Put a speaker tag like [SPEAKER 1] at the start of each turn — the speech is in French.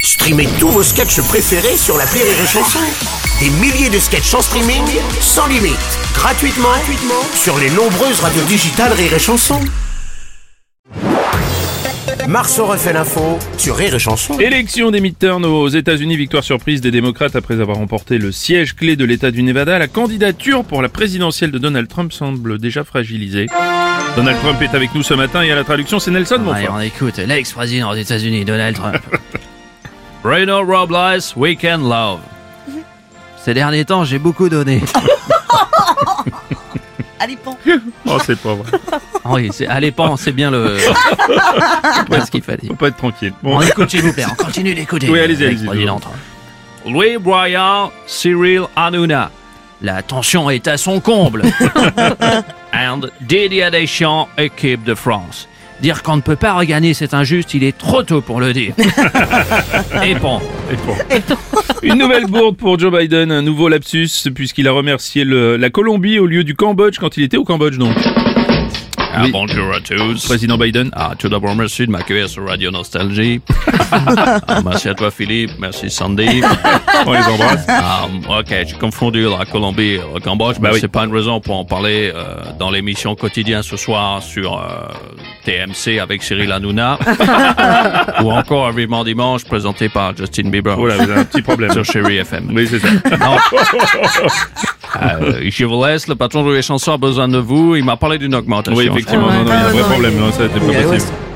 [SPEAKER 1] Streamez tous vos sketchs préférés sur la Rire et Chanson. Des milliers de sketchs en streaming, sans limite, gratuitement, gratuitement sur les nombreuses radios digitales Rire et Chanson. Marceau refait l'info sur Rire et Chanson.
[SPEAKER 2] Élection des midterms aux États-Unis, victoire surprise des démocrates après avoir remporté le siège clé de l'État du Nevada. La candidature pour la présidentielle de Donald Trump semble déjà fragilisée. Donald Trump est avec nous ce matin et à la traduction, c'est Nelson, mon
[SPEAKER 3] Allez,
[SPEAKER 2] frère.
[SPEAKER 3] Ah, on écoute l'ex-président des États-Unis, Donald Trump. Bruno Robles, We Can Love. Ces derniers temps, j'ai beaucoup donné.
[SPEAKER 2] Oh, c'est pas vrai.
[SPEAKER 3] Ah oui, c'est, allez, pan, c'est bien le. Voilà ce qu'il fallait.
[SPEAKER 2] Faut pas être tranquille. Bon.
[SPEAKER 3] On écoute, s'il vous plaît, on continue d'écouter.
[SPEAKER 2] Oui, allez-y, allez-y,
[SPEAKER 3] l'ex-président Trump. Louis Bryan, Cyril Hanouna. La tension est à son comble. And Didier Deschamps, équipe de France. Dire qu'on ne peut pas regagner, c'est injuste, il est trop tôt pour le dire. Et pan.
[SPEAKER 2] Et bon. Une nouvelle bourde pour Joe Biden, un nouveau lapsus, puisqu'il a remercié le- la Colombie au lieu du Cambodge quand il était au Cambodge, donc.
[SPEAKER 3] Ah,
[SPEAKER 2] Oui.
[SPEAKER 3] bonjour à tous.
[SPEAKER 2] Président Biden.
[SPEAKER 3] Ah, tout d'abord, merci de m'accueillir sur Radio Nostalgie. Ah, merci à toi, Philippe. Merci, Sandy.
[SPEAKER 2] On les embrasse.
[SPEAKER 3] Ah, ok, j'ai confondu la Colombie et le Cambodge,
[SPEAKER 2] Bah
[SPEAKER 3] mais
[SPEAKER 2] oui.
[SPEAKER 3] c'est pas une raison pour en parler euh, dans l'émission quotidienne ce soir sur euh, TMC avec Cyril Hanouna. ou encore Vivement Dimanche présenté par Justin Bieber
[SPEAKER 2] Voilà, vous avez un petit problème.
[SPEAKER 3] sur Chérie FM.
[SPEAKER 2] Oui, c'est ça.
[SPEAKER 3] Non. Euh, je vous laisse, le patron de les chansons a besoin de vous. Il m'a parlé d'une augmentation.
[SPEAKER 2] Ah, Oui, effectivement, non, non, il y a un vrai problème, non, hein, ça, c'est pas possible.